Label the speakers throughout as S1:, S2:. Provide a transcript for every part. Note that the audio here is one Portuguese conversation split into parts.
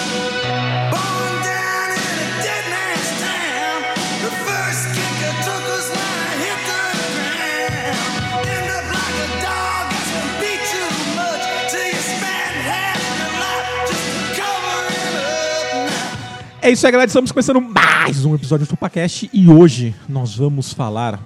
S1: Born down in a dead man's town. The first kick I took was when I hit the ground. End up like a dog that's been beat too much till you spend half your life just to cover it up now.
S2: É isso aí, galera. Estamos começando mais um episódio do Tupacast e hoje nós vamos falar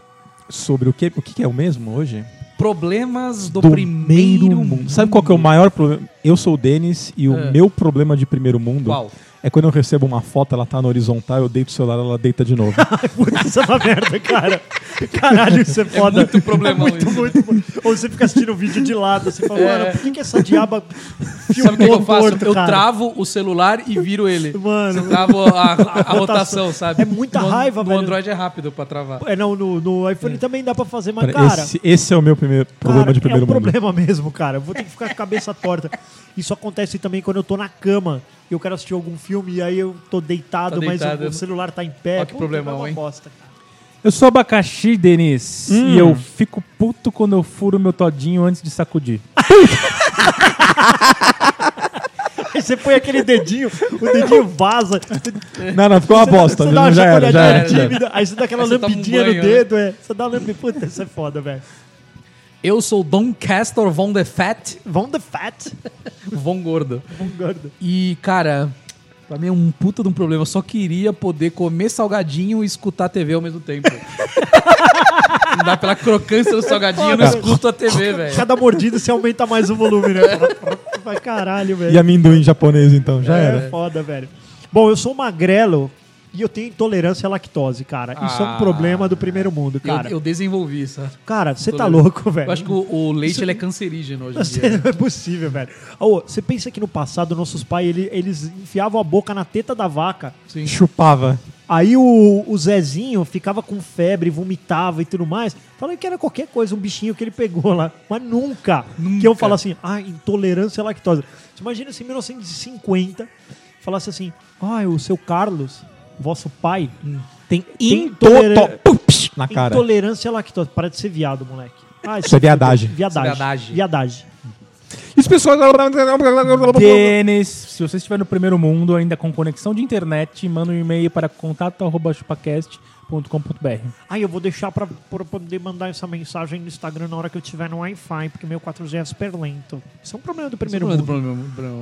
S2: sobre o que, o que que é o mesmo hoje?
S3: Problemas do, primeiro mundo.
S2: Sabe qual que é o maior problema? Eu sou o Denis e o
S3: É.
S2: meu problema de primeiro mundo
S3: Qual?
S2: é quando eu recebo uma foto, ela tá na horizontal, eu deito o celular, ela deita de novo.
S4: Putz, essa é uma merda, cara. Caralho, isso é foda.
S3: muito problemão
S4: É muito,
S3: isso.
S4: muito, muito. Ou você fica assistindo o vídeo de lado, você fala,
S3: É.
S4: mano, por que, que essa diaba filmou
S3: Sabe o que, que eu faço?
S4: morto,
S3: eu
S4: cara?
S3: travo o celular e viro ele.
S4: Mano.
S3: Você trava a, a- a rotação,
S4: rotação.
S3: sabe?
S4: É muita
S3: no,
S4: raiva,
S3: no
S4: velho.
S3: Android é rápido pra travar.
S4: É, não, no, no iPhone também dá pra fazer, mas,
S2: Pera,
S4: cara...
S2: esse, esse é o meu primeiro problema
S4: cara,
S2: de primeiro
S4: é um
S2: mundo.
S4: problema mesmo, cara. Eu vou ter que ficar com a cabeça torta. Isso acontece também quando eu tô na cama e eu quero assistir algum filme e aí eu tô deitado,
S3: Tá
S4: mas
S3: deitado.
S4: o, o celular tá em pé.
S3: Ó que
S4: Puta,
S3: problemão,
S4: é uma
S3: hein?
S4: bosta, cara.
S5: Eu sou abacaxi, Denis,
S4: Hum.
S5: e eu fico puto quando eu furo meu todinho antes de sacudir.
S4: Aí você põe aquele dedinho, o dedinho vaza,
S2: Não, não, ficou uma bosta.
S4: Você dá uma
S2: Já era, já era.
S4: chacoalhadinha
S2: já era.
S4: tímida, aí você dá aquela
S3: Aí você toma um
S4: lambidinha
S3: banho,
S4: no
S3: né?
S4: dedo, é. Você dá uma lambidinha. Puta, isso é foda, velho.
S3: Eu sou o Don Castor Von The Fat,
S4: Von the Fat.
S3: Von Gordo.
S4: Von Gordo.
S3: E, cara, pra mim é um puta de um problema. Eu só queria poder comer salgadinho e escutar a TV ao mesmo tempo. Não dá pela crocância do salgadinho, eu não escuto a TV, velho.
S4: Cada mordida você aumenta mais o volume, né? Vai caralho,
S2: E
S4: velho.
S2: amendoim japonês, então, já
S4: né? É
S2: era.
S4: foda, velho. Bom, eu sou magrelo e eu tenho intolerância à lactose, cara. Isso é
S3: Ah.
S4: um problema do primeiro mundo,
S3: Eu,
S4: cara.
S3: eu desenvolvi isso.
S4: Cara, você tá
S3: Tolerância.
S4: louco, velho.
S3: Eu acho que o, o leite ele é cancerígeno hoje em
S4: Você-
S3: dia. né?
S4: não é possível, velho. Ô, você pensa que no passado nossos pais ele- eles enfiavam a boca na teta da vaca
S3: Sim.
S2: Chupava.
S4: Aí o, o Zezinho ficava com febre, vomitava e tudo mais. Falando que era qualquer coisa, um bichinho que ele pegou lá. Mas nunca, que eu falo assim, ah, intolerância à lactose. Você imagina se em 1950 falasse assim, ah, o seu Carlos, vosso pai, tem, intoler-
S2: Toto. Pum, psh, Na cara.
S4: intolerância à lactose. Para de ser viado, moleque. Ah,
S2: Isso é viadagem.
S4: Viadagem.
S3: Isso é viadagem.
S4: Viadagem.
S2: Isso, pessoal.
S5: Denis, se você estiver no primeiro mundo, ainda com conexão de internet, manda um e-mail para contato.chupacast.com.br.
S4: Ah, eu vou deixar pra, pra poder mandar essa mensagem no Instagram na hora que eu tiver no Wi-Fi, porque meu 4G é super lento. Isso é um problema do primeiro mundo.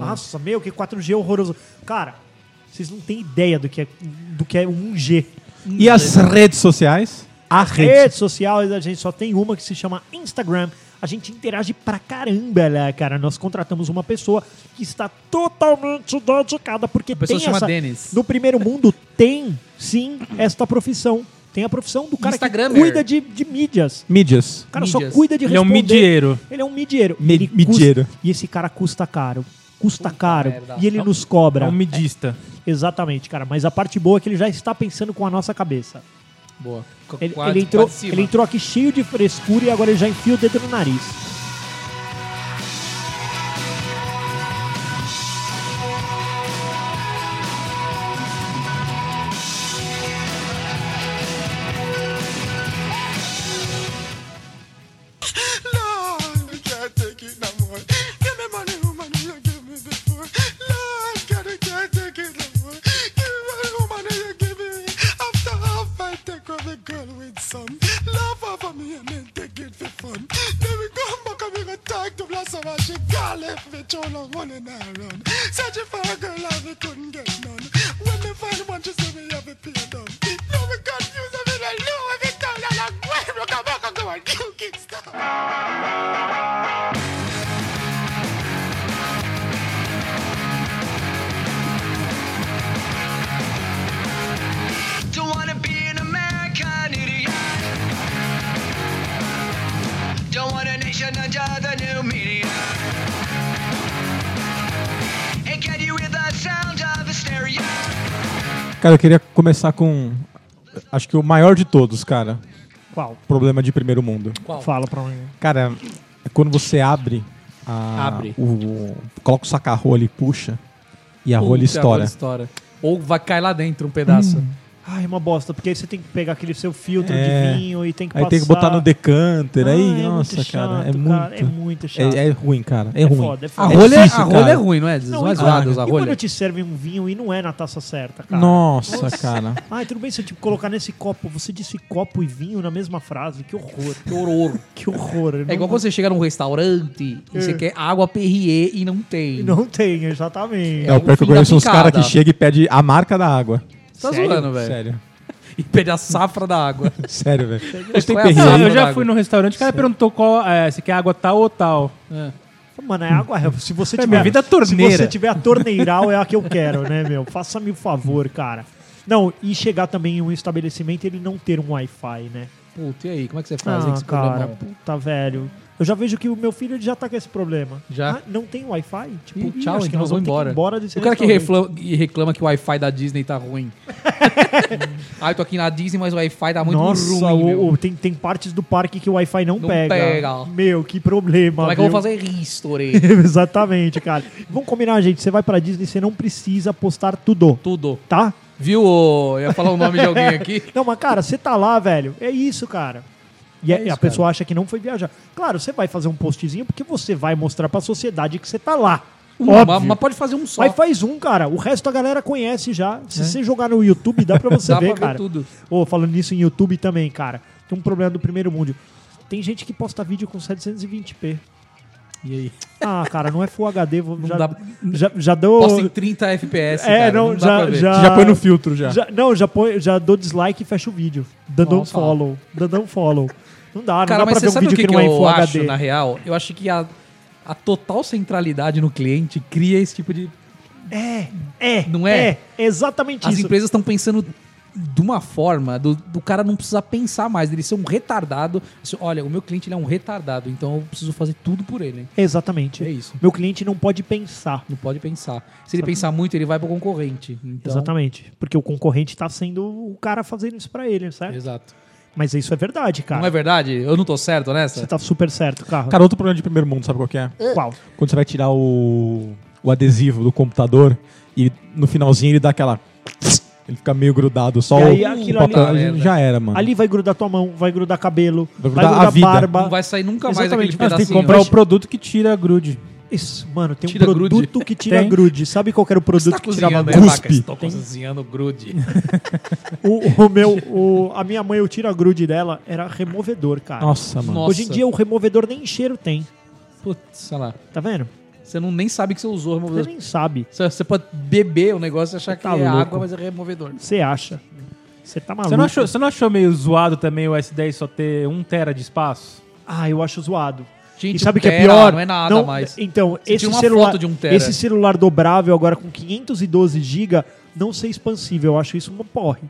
S3: Ah,
S4: Nossa, meu, que 4G horroroso. Cara, vocês não têm ideia do que é, do que é 1G.
S2: E as redes sociais? A rede.
S4: Redes sociais, a gente só tem uma que se chama Instagram. A gente interage pra caramba, né, cara? Nós contratamos uma pessoa que está totalmente dedicada, porque
S3: pessoa
S4: tem
S3: se chama
S4: essa...
S3: Denis.
S4: No primeiro mundo tem, sim, esta profissão. Tem a profissão do cara que
S3: Instagrammer.
S4: cuida de, de mídias.
S2: Mídias.
S4: O cara
S3: Mídias.
S4: só cuida de
S5: Ele é um
S4: responder.
S5: midieiro.
S4: Ele é um midieiro.
S2: Mi-
S4: Ele
S2: midieiro.
S4: custa- E esse cara custa caro. Custa caro.
S3: merda.
S4: E ele
S3: É um-
S4: nos
S5: É
S4: cobra.
S5: um midista.
S4: Exatamente, cara. Mas a parte boa é que ele já está pensando com a nossa cabeça.
S3: Boa.
S4: Ele, ele entrou, ele entrou aqui cheio de frescura e agora ele já enfia o dedo no nariz.
S1: Lord, can't take it no more. Give me money, oh money, you give me before. Lord, God, I can't take it no more. Give me money, oh money, you give me. After half, I take off the girl with some. Laugh off of me and then take it for fun. Then we come back and we go talk to Blossom and she call left me too long, one and I run. Searching for a girl and we couldn't get none. When we find one, she say me have a pay down. Now we confused, I mean, I know every time that I'm going, we come back and go and do kickstart.
S6: Don't wanna be an American idiot. Don't want a nation under the new media.
S2: Cara, eu queria começar com. Acho que o maior de todos, cara.
S4: Qual?
S2: Problema de primeiro mundo.
S3: Qual?
S4: Fala pra mim.
S2: Cara, é quando você abre. a-
S3: Abre.
S2: O, coloca o saca-rolha e puxa. E a
S3: Puta,
S2: rolha estoura.
S3: estoura. Ou vai cair lá dentro um pedaço.
S4: Ai, é uma bosta, porque aí você tem que pegar aquele seu filtro
S2: É.
S4: de vinho e tem que
S2: Aí
S4: passar.
S2: tem que botar no decanter.
S4: Ah,
S2: aí,
S4: é
S2: nossa,
S4: muito
S2: cara. É
S4: chato,
S2: muito.
S4: cara, é muito chato.
S2: É, é ruim, cara. É,
S4: É
S2: ruim.
S4: foda, é
S3: A
S4: foda.
S3: rolha,
S2: difícil,
S3: a rolha
S2: cara.
S3: é ruim, não é? Não, não é
S4: e-
S3: zoado
S4: e
S3: usar
S4: quando
S3: rolha.
S4: te servem um vinho e não é na taça certa, cara?
S2: Nossa, cara.
S4: Ai, tudo bem se eu tipo, colocar nesse copo. Você disse copo e vinho na mesma frase. Que horror.
S3: Que horror.
S4: Que horror. Eu
S3: É igual
S4: não,
S3: quando você chega num restaurante e você quer água Perrier e não tem.
S4: É. Não tem, exatamente.
S2: É, o pior que eu
S3: fim da
S2: conheço uns
S3: picada.
S2: caras que chegam e pedem a marca da água.
S3: Tá
S4: Sério?
S3: zoando, velho.
S2: Sério.
S3: E pede a safra da água.
S2: Sério, velho.
S3: Mas
S2: Mas tem
S3: qual é a
S2: perrinha
S3: safra
S5: Não, eu
S3: da
S5: já
S3: água?
S5: fui num restaurante, o cara perguntou qual, é, se quer água tal ou tal.
S4: Mano, é água. Se você
S5: É,
S4: tiver.
S5: minha vida é
S4: Se você
S5: torneira.
S4: tiver a torneiral, é a que eu quero, né, meu? Faça-me o favor, cara. Não, e chegar também em um estabelecimento e ele não ter um Wi-Fi, né?
S3: Puta, e aí? Como é que você faz hein, com
S4: Ah,
S3: esse
S4: cara,
S3: problemão?
S4: puta, velho. Eu já vejo que o meu filho já tá com esse problema.
S3: Já?
S4: Ah, não tem Wi-Fi? Tipo,
S3: Ih,
S4: ih,
S3: tchau,
S4: acho que
S3: então vou
S4: nós vamos ter que ir
S3: embora.
S4: embora desse
S3: o cara que
S4: restaurante.
S3: reclama, e reclama que o Wi-Fi da Disney tá ruim. ah, eu tô aqui na Disney, mas o Wi-Fi tá muito
S4: Nossa,
S3: ruim,
S4: o-
S3: meu.
S4: o- tem, tem partes do parque que o Wi-Fi não,
S3: Não
S4: pega.
S3: pega.
S4: Meu, que problema.
S3: Como é que eu vou
S4: viu?
S3: fazer history?
S4: Exatamente, cara. Vamos combinar, gente. Você vai pra Disney, você não precisa postar tudo,
S3: Tudo.
S4: tá?
S3: Viu? ô? Eu ia falar o nome de alguém aqui.
S4: Não, mas cara, você tá lá, velho. É isso, cara. E
S3: É
S4: a-
S3: isso,
S4: a pessoa acha que não foi viajar. Claro, você vai fazer um postzinho porque você vai mostrar pra sociedade que você tá lá. Óbvio.
S3: Mas, mas pode fazer um só. É.
S4: Mas faz um, cara. O resto a galera conhece já. Se você jogar no YouTube, dá pra você
S3: Dá
S4: ver,
S3: pra ver
S4: cara.
S3: tudo.
S4: Ô, falando nisso em YouTube também, cara. Tem um problema do primeiro mundo. Tem gente que posta vídeo com 720p.
S3: E aí?
S4: Ah, cara, não é Full HD. Vou,
S3: Não
S4: já,
S3: dá-
S4: já, já dou.
S3: Posta em 30 FPS,
S4: É,
S3: cara.
S4: não,
S3: dá
S4: já-
S3: pra ver.
S4: já-
S2: Você já põe no filtro já.
S4: já- não, já, põe, já dou dislike e fecho o vídeo. Dando um
S3: Nossa.
S4: follow. Dando um follow. Não dá,
S3: Cara,
S4: não dá
S3: mas
S4: pra
S3: você
S4: ver um
S3: sabe o
S4: vídeo
S3: que,
S4: que,
S3: que
S4: não é em Full
S3: eu acho, né?
S4: HD.
S3: na real? Eu acho que a, a total centralidade no cliente cria esse tipo de...
S4: É,
S3: Não é?
S4: exatamente
S3: As
S4: isso.
S3: empresas estão pensando de uma forma do, do cara não precisar pensar mais, dele ser um retardado. Assim, Olha, o meu cliente ele é um retardado, então eu preciso fazer tudo por ele. hein?
S4: Exatamente.
S3: É isso.
S4: Meu cliente não pode pensar.
S3: Não pode pensar. Se ele pensar muito, ele vai pro concorrente. Então,
S4: Exatamente. Porque o concorrente tá sendo o cara fazendo isso pra ele, certo?
S3: Exato.
S4: Mas isso é verdade, cara.
S3: Não é verdade? Eu não tô certo
S4: Você
S3: nessa?
S4: tá super certo, carro.
S2: Cara, outro problema de primeiro mundo, sabe qual que é?
S4: Qual?
S2: Quando você vai tirar o, o adesivo do computador e no finalzinho ele dá aquela. Ele fica meio grudado, só
S4: E
S2: o,
S4: aí aquilo
S2: o papel.
S3: ali-
S2: já era, mano.
S4: Ali vai grudar tua mão, vai grudar cabelo, vai
S2: grudar
S4: grudar,
S2: a vida.
S4: barba.
S3: Não vai sair nunca mais
S4: Exatamente.
S3: aquele
S5: Mas tem que
S3: pedacinho.
S5: comprar o produto que tira a grude.
S4: Isso, mano, tem
S3: Tira
S4: um
S3: grude.
S4: produto que tira
S5: Tem.
S4: grude. Sabe qual que era o
S3: Você
S4: produto
S3: tá
S4: que tirava
S3: cozinhando, né,
S4: grude?
S3: Vaca?
S2: cuspe.
S3: Estou cozinhando grude.
S4: O, o meu, o- a minha mãe, eu tiro a grude dela, era removedor, cara.
S2: Nossa, mano.
S3: Nossa.
S4: Hoje em dia o removedor nem cheiro tem,
S3: Putz, sei lá.
S4: tá vendo?
S3: Você não, nem sabe que você usou o
S4: Você
S3: removedor.
S4: nem sabe,
S3: Você, você pode beber o negócio e achar que
S4: Tá
S3: é
S4: louco.
S3: água, mas é removedor.
S4: você acha. Você tá maluco.
S5: Você não, achou, você não achou meio zoado também o S10 só ter 1 tera de espaço?
S4: Ah, eu acho zoado.
S3: Gente,
S4: e sabe o
S3: um
S4: que é
S3: tera
S4: pior?
S3: não é nada mais.
S4: Então,
S3: Você
S4: esse
S3: tira uma
S4: celular,
S3: foto de um tera.
S4: esse celular dobrável agora com 512 GB não ser expansível, eu acho isso uma porre.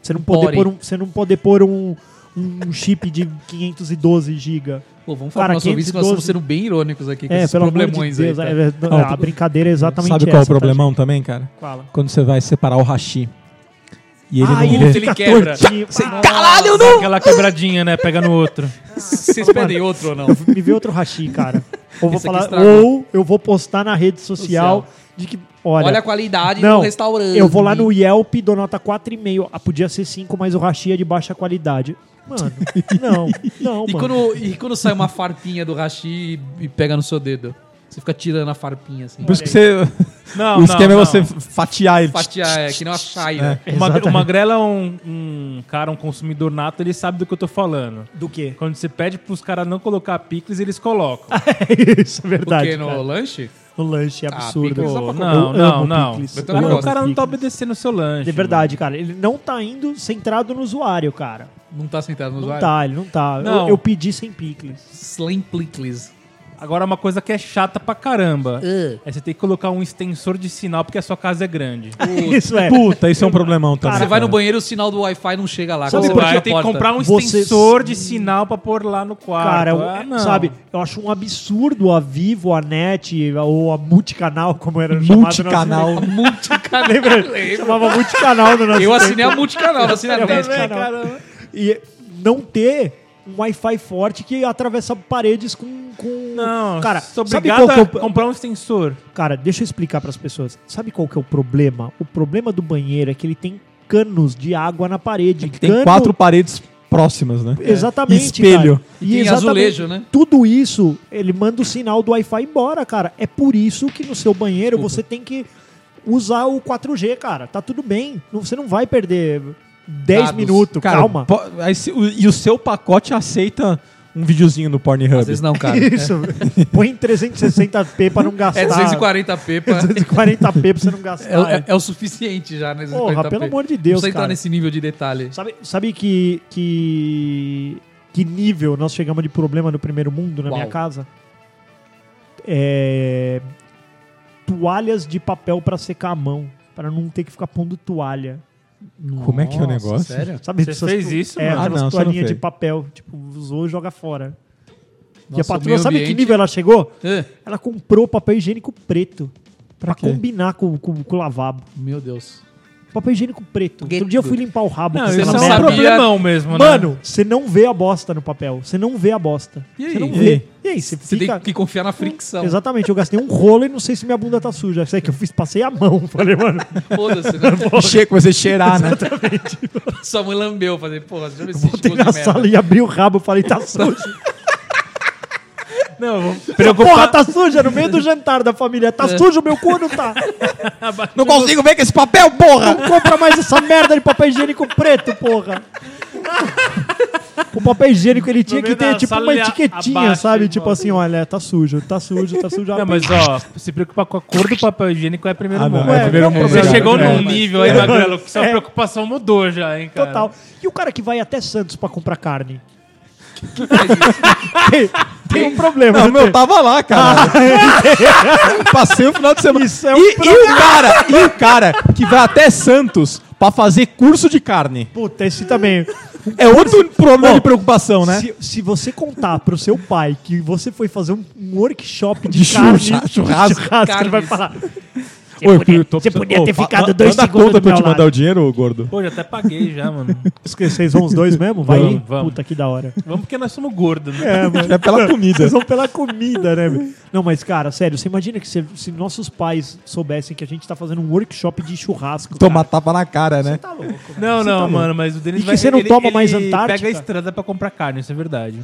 S4: Você não poder
S3: Porre.
S4: pôr um, você não poder pôr um, um chip de 512 GB.
S3: Pô, vamos falar
S4: Cara,
S3: para nossos ouvintes que nós estamos
S4: 512.
S3: sendo bem irônicos aqui com
S4: É,
S3: esses
S4: pelo amor de
S3: problemões
S4: Deus,
S3: aí. tá?
S4: é, é, não, a brincadeira é exatamente
S2: Sabe qual é o
S4: essa, tá,
S2: problemão também, cara?
S4: gente? Fala.
S2: Quando você vai separar o hashi. E ele
S4: Ah,
S2: não
S4: ele
S2: vê.
S3: Puta, ele quebra. tá-
S4: Tortinho. Ah,
S3: Caralho,
S5: Dá Aquela quebradinha, né? Pega no outro.
S3: Vocês pedem outro ou não?
S4: Me vê outro hashi, cara. Ou, vou
S3: Esse aqui
S4: falar,
S3: estragou.
S4: ou eu vou postar na rede social de que, olha,
S3: Olha, a qualidade
S4: não,
S3: do restaurante.
S4: eu vou lá no Yelp, dou nota 4,5. Ah, podia ser 5, mas o hashi é de baixa qualidade. Mano, não, não,
S3: E
S4: mano.
S3: quando, e quando sai uma farpinha do hashi e pega no seu dedo? Você fica tirando a farpinha assim.
S2: Por isso que você.
S5: Não,
S2: o esquema
S5: não,
S2: é você
S5: não.
S2: fatiar ele.
S3: Fatiar, é que nem uma chaira.
S5: O Magre- O Magrela é um, um cara, um consumidor nato, ele sabe do que eu tô falando.
S4: Do quê?
S5: Quando você pede pros caras não colocar picles, eles colocam.
S4: Isso é verdade.
S3: Porque no
S4: cara.
S3: lanche?
S4: O lanche é
S3: Ah,
S4: absurdo.
S3: picles dá
S5: Pô,
S3: pra
S5: não,
S4: Eu
S5: não,
S4: amo
S5: não.
S4: picles.
S5: O
S3: Eu
S5: cara-
S3: também
S5: O
S3: gosto
S5: cara
S4: de
S5: não tá
S4: picles.
S5: obedecendo o seu lanche.
S4: De verdade, cara. Ele não tá indo centrado no usuário, cara.
S3: Não tá sentado no
S4: Não
S3: usuário?
S4: tá, ele não tá. Eu-
S5: Não.
S4: Eu, pedi sem picles.
S3: Slim Plicles.
S5: Agora, uma coisa que é chata pra caramba
S7: Ah.
S5: é você ter que colocar um extensor de sinal porque a sua casa é grande.
S4: Isso é.
S2: Puta, isso é um problemão também.
S3: Você vai no
S2: cara.
S3: banheiro, o sinal do Wi-Fi não chega lá.
S4: Sabe
S3: quando você
S5: Você
S4: Então, por
S3: bate
S4: quê?
S5: vai
S3: a
S5: ter que
S3: porta.
S5: comprar um
S4: Você-
S5: extensor de sinal pra pôr lá no quarto.
S4: Cara, eu- é,
S5: Ah, não.
S4: sabe, eu acho um absurdo a Vivo, a NET, ou a Multicanal, como era
S2: Multicanal.
S4: chamado. Multicanal. Lembra? Chamava Multicanal no nosso
S3: Eu
S4: tempo.
S3: assinei a multicanal, eu assinei a
S4: Era
S3: NET, cara.
S4: multicanal. E não ter um Wi-Fi forte que atravessa paredes com... com...
S5: Não,
S4: cara,
S5: sou
S4: sabe
S5: obrigado
S4: qual que
S5: a
S4: é o-
S5: comprar um extensor.
S4: Cara, deixa eu explicar para as pessoas. Sabe qual que é o problema? O problema do banheiro é que ele tem canos de água na
S5: É
S4: parede.
S2: Tem
S4: Cano-
S2: quatro paredes próximas, né?
S4: Exatamente.
S2: E espelho.
S4: Cara.
S3: E tem
S4: exatamente
S3: azulejo, né?
S4: Tudo isso, ele manda o sinal do Wi-Fi embora, cara. É por isso que no seu banheiro você tem que usar o 4G, cara. Tá tudo bem. Não- Você não vai perder 10
S3: Dados.
S4: minutos.
S2: Cara,
S4: Calma.
S2: po- aí se- o- e o seu pacote aceita um videozinho no Pornhub.
S3: Às vezes não, cara.
S4: Isso. Põe em 360p pra não gastar.
S3: É 240p
S4: É
S3: pra...
S4: 240p pra você não gastar.
S3: É, o- é- é o suficiente já, né? 240p.
S4: Porra, pelo amor de Deus,
S3: Não precisa entrar
S4: cara.
S3: nesse nível de detalhe.
S4: Sabe, sabe que, que, que nível nós chegamos de problema no primeiro mundo na
S3: Qual?
S4: minha casa? É, toalhas de papel pra secar a mão, pra não ter que ficar pondo toalha.
S2: Como é que é o negócio?
S3: Sério?
S4: Sabe,
S5: Você
S4: essas
S5: fez
S4: tu-
S5: isso,
S4: É,
S2: mano?
S4: aquelas
S2: Ah, não, você não
S4: toalhinhas de
S2: fez.
S4: papel. Tipo, usou e joga fora. e a
S3: Nossa, o
S4: patroa,
S3: meio
S4: sabe que
S3: ambiente-
S4: nível ela chegou?
S3: Ah,
S4: Ela comprou papel higiênico preto. Pra,
S2: quê?
S4: combinar com, com, com o lavabo.
S3: Meu Deus.
S4: Papel higiênico preto.
S7: Porque-
S4: Outro dia eu fui limpar o rabo.
S5: Não,
S4: com
S5: isso
S4: aquela
S5: é um
S4: merda.
S3: sabia.
S5: problemão mesmo, né?
S4: Mano, você não vê a bosta no papel. Você não vê a bosta.
S3: E aí?
S4: Você não
S3: E
S4: vê. E aí, você
S3: Você
S4: fica...
S3: tem que confiar na fricção.
S4: Exatamente, eu gastei um rolo e não sei se minha bunda tá suja. Sei que eu fiz, passei a mão. Falei, mano,
S3: Foda-se, né?
S2: Che- Comecei a cheirar, né?
S3: Sua mãe lambeu, fazer, porra, deixa eu ver se
S4: botei na sala e abri o rabo e falei, tá suja.
S5: Não, É.
S4: Porra, tá suja no meio do jantar da família. Tá sujo, meu cu não tá.
S2: Não consigo ver com esse papel, porra!
S4: Não compra mais essa merda de papel higiênico preto, porra. O papel higiênico ele tinha
S5: No
S4: que
S5: meio da
S4: ter tipo
S5: sala
S4: uma
S5: ele a-
S4: etiquetinha,
S5: abaixa,
S4: sabe?
S5: irmão.
S4: Tipo assim, olha, tá sujo, tá sujo, tá sujo.
S5: Não, mas ó, se preocupar com a cor do papel higiênico é primeiro
S2: Ah, não,
S5: mundo.
S2: é
S4: Ué,
S2: primeiro
S4: não,
S2: mundo.
S5: Você
S4: Verdade,
S5: chegou
S4: é,
S5: num
S4: mas-
S5: nível aí,
S4: é,
S5: Magrelo, que sua
S4: é.
S5: preocupação mudou já, hein, cara.
S4: Total. E o cara que vai até Santos pra comprar carne? tem um problema.
S2: Não,
S4: né?
S2: meu, eu tava lá, cara. Passei o final de semana. e, e o cara, e o cara que vai até Santos pra fazer curso de carne.
S4: Puta, esse também.
S2: É outro problema
S4: Bom,
S2: de preocupação, né?
S4: Se, se você contar pro seu pai que você foi fazer um, um workshop de,
S2: De
S4: carne,
S2: churra- churrasco.
S4: ele vai
S3: Carnes.
S4: falar.
S2: Você Oi,
S4: podia- você podia ter ficado dois segundos
S2: conta
S4: do
S2: pra eu te
S4: meu
S2: mandar
S4: lado.
S2: o dinheiro, ô gordo.
S5: Pô, já até paguei já, mano.
S4: "Esque- Vocês vão os dois mesmo? Vai
S5: Vamos,
S4: aí?
S5: vamos.
S4: Puta, que da hora.
S5: Vamos porque nós somos gordos, né?
S4: É,
S2: É pela comida.
S4: Vocês vão pela comida, né? velho? Não, mas cara, sério, você imagina que se, se nossos pais soubessem que a gente tá fazendo um workshop de churrasco.
S2: Tomar
S4: cara.
S2: tapa na cara, né?
S4: Tá louco. velho.
S5: Não,
S4: Você
S5: não,
S4: tá louco.
S5: mano, mas o Denis
S4: E que você não toma mais Antártica?
S5: pega a estrada pra comprar carne, isso é verdade.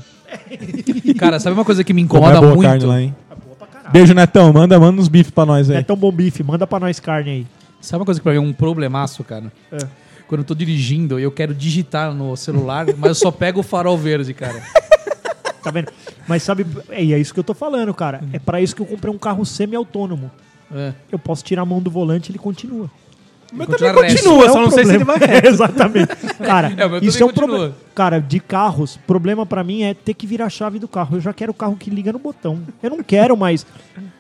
S3: Cara, sabe uma coisa que me
S2: Como é
S4: tá
S3: incomoda
S2: boa a
S3: muito?
S2: lá, hein? Beijo, Netão. Manda, manda uns bifes pra nós aí.
S4: É tão bom bife, manda pra nós carne aí.
S3: Sabe uma coisa que pra mim é um problemaço, cara?
S4: É.
S3: Quando eu tô dirigindo e eu quero digitar no celular, mas eu só pego o farol verde, cara.
S4: Tá vendo? Mas sabe, é, e é isso que eu tô falando, cara. É pra isso que eu comprei um carro semi-autônomo.
S3: É.
S4: Eu posso tirar a mão do volante e ele continua.
S5: Mas
S3: Continua
S5: também
S3: resto.
S5: continua,
S4: É
S5: só
S4: um
S5: não sei se ele
S4: problema.
S5: vai
S4: É, Exatamente. Cara,
S3: É, o meu
S4: isso é um
S3: também continua.
S4: problema. Cara, de carros, problema pra mim é ter que virar a chave do carro. Eu já quero o carro que liga no botão. Eu não quero mais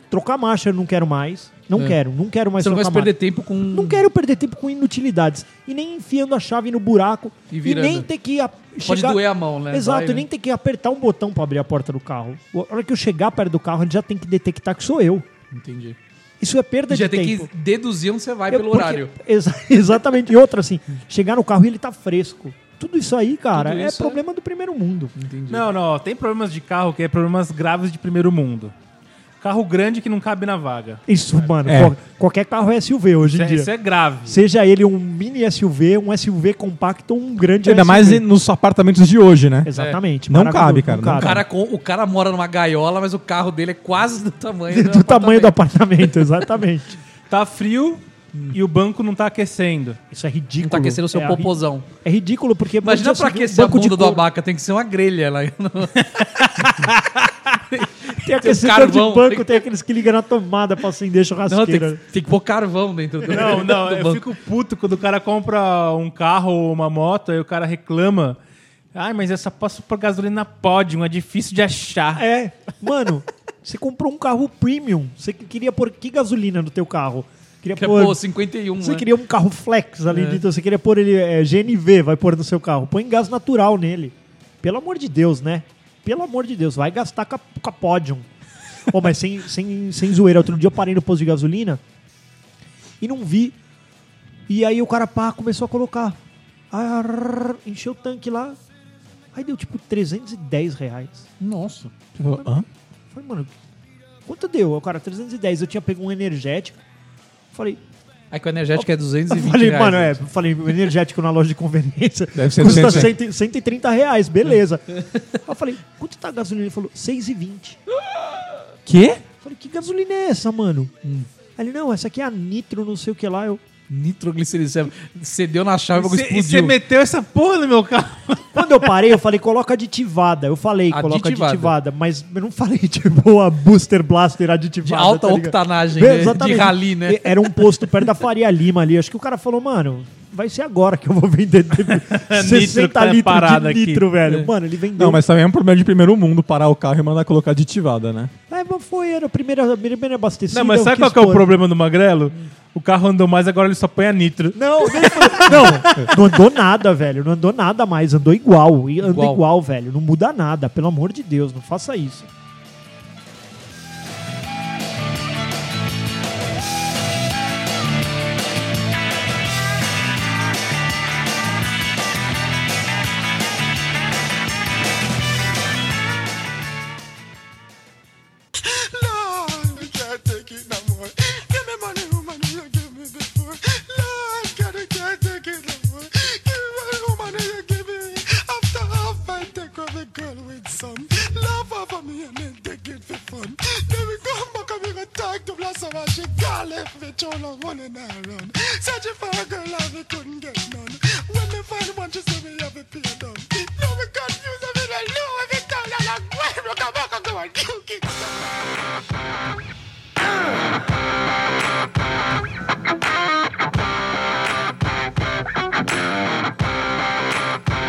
S4: trocar marcha, eu não quero mais. Não
S3: É.
S4: quero, não quero mais
S3: Você não vai
S4: trocar
S3: se perder
S4: marcha.
S3: tempo com.
S4: Não quero perder tempo com inutilidades. E nem enfiando a chave no buraco.
S3: E
S4: E,
S3: virando.
S4: nem ter que. a-
S3: Pode
S4: chegar-
S3: doer a mão, né?
S4: Exato,
S3: Dói,
S4: nem
S3: né?
S4: ter que apertar um botão pra abrir a porta do carro. A hora que eu chegar perto do carro, ele já tem que detectar que sou eu.
S3: Entendi.
S4: Isso é perda
S3: Já
S4: de
S3: tem
S4: tempo.
S3: que deduzir onde você vai
S4: Eu-
S3: pelo
S4: porque-
S3: horário.
S4: exa- exatamente. E outra, assim, chegar no carro e ele tá fresco. Tudo isso aí, cara,
S3: Tudo
S4: é
S3: isso é-
S4: problema do primeiro mundo.
S3: Entendi.
S5: Não, não, ó, tem problemas de carro que é problemas graves de primeiro mundo. Carro grande que não cabe na vaga.
S4: Isso, mano.
S2: É.
S4: qual- qualquer carro é SUV hoje
S5: Isso
S4: em
S5: é,
S4: dia.
S5: isso é grave.
S4: Seja ele um mini SUV, um SUV compacto ou um grande
S2: Ainda
S4: SUV.
S2: mais em- nos apartamentos de hoje, né?
S3: É.
S4: Exatamente.
S2: Não
S4: maravilhoso,
S2: cabe, cara, não
S3: O cara, com, o cara mora numa gaiola, mas o carro dele é quase do tamanho
S4: Do tamanho do
S3: apartamento.
S4: apartamento, exatamente.
S5: Tá frio e o banco não tá aquecendo.
S4: Isso é ridículo.
S3: Tá aquecendo o seu
S4: é ri-
S3: popozão.
S4: É ridículo porque...
S3: Imagina
S4: você
S3: pra
S4: vê um
S3: aquecer a
S4: banco de
S3: bunda do
S4: couro,
S3: abaca, tem que ser uma grelha lá.
S4: Tem aquecedor de
S3: carvão,
S4: banco,
S3: tem-
S4: tem aqueles que ligam na tomada pra acender
S3: Não, tem, que-
S4: churrasqueira.
S3: tem que pôr carvão dentro do
S5: Não, não,
S3: do
S5: eu
S3: banco.
S5: fico puto quando o cara compra um carro ou uma moto e o cara reclama. Ai, mas eu só posso pôr gasolina pódio, é difícil de um achar.
S4: É, mano, Você comprou um carro premium. Você que- queria pôr que gasolina no teu carro? Queria
S3: Que é, pô, 51,
S4: Você
S3: né?
S4: queria um carro flex ali
S3: É.
S4: dentro, você queria pôr ele é, GNV, vai pôr no seu carro. Põe gás natural nele. Pelo amor de Deus, né? Pelo amor de Deus, vai gastar com a, com a Podium. Ô, mas sem, sem, sem zoeira, outro dia eu parei no posto de gasolina e não vi. E aí o cara pá, começou a colocar. Arrr, encheu o tanque lá. Aí deu tipo 310 reais.
S3: Nossa.
S2: Hã?
S4: Falei, mano, quanto deu? Aí O cara, 310. Eu tinha pego um energético. Falei,
S3: Aí que o energético é 220
S4: Falei,
S3: reais.
S4: mano,
S3: né?
S4: é, falei, o energético na loja de conveniência
S2: Deve ser
S4: custa
S2: 100.
S4: 100, 130 reais, beleza. Aí eu falei, quanto tá a gasolina? Ele falou, 6,20. Eu
S5: Quê?
S4: falei, que gasolina é essa, mano? Aí ele, não, essa aqui é a nitro, não sei o que lá. Eu,
S3: Nitroglicerina. Cedeu na chave, o bagulho
S5: Você
S3: explodiu.
S5: meteu essa porra no meu carro.
S4: quando eu parei, eu falei, coloca aditivada. Eu falei, coloca
S3: Aditivada.
S4: aditivada. Mas eu não falei, tipo, a booster blaster aditivada.
S3: De alta
S4: tá ligado?
S3: octanagem,
S4: Bem,
S3: né? De rali, né?
S4: E- Era um posto perto da Faria Lima ali. Acho que o cara falou, mano, vai ser agora que eu vou vender
S5: Nitro que
S4: 60
S5: tá
S4: litros
S5: parado
S4: de
S5: aqui.
S4: nitro, velho. Mano, ele vendeu.
S2: Não, mas também é um problema de primeiro mundo parar o carro e mandar colocar aditivada, né?
S4: É, mas foi, era a primeira, a primeira abastecida.
S5: Não, mas
S4: eu
S5: sabe qual
S4: quis
S5: que é o
S4: pôr.
S5: problema do Magrelo? O carro andou mais, agora ele só põe a nitro.
S4: Não, nem foi- não, não andou nada, velho. Não andou nada mais, andou igual. E Anda
S3: Igual.
S4: igual. velho. Não muda nada, pelo amor de Deus, não faça isso.
S1: Lord, we can't take it no more. Give me money, who money you give me before. Lord, God, I can't take it no more. Give me money, who money you give me. After half, I take away girl with some. Love over me and then take it for fun. Then we come back and we go talk to Blossom and she call if me too long running around. Searching for a girl and we couldn't get none. When me find one, she say me have a pay down. Now we confused and we don't know if it's down and I'm going to come back and go and kick it.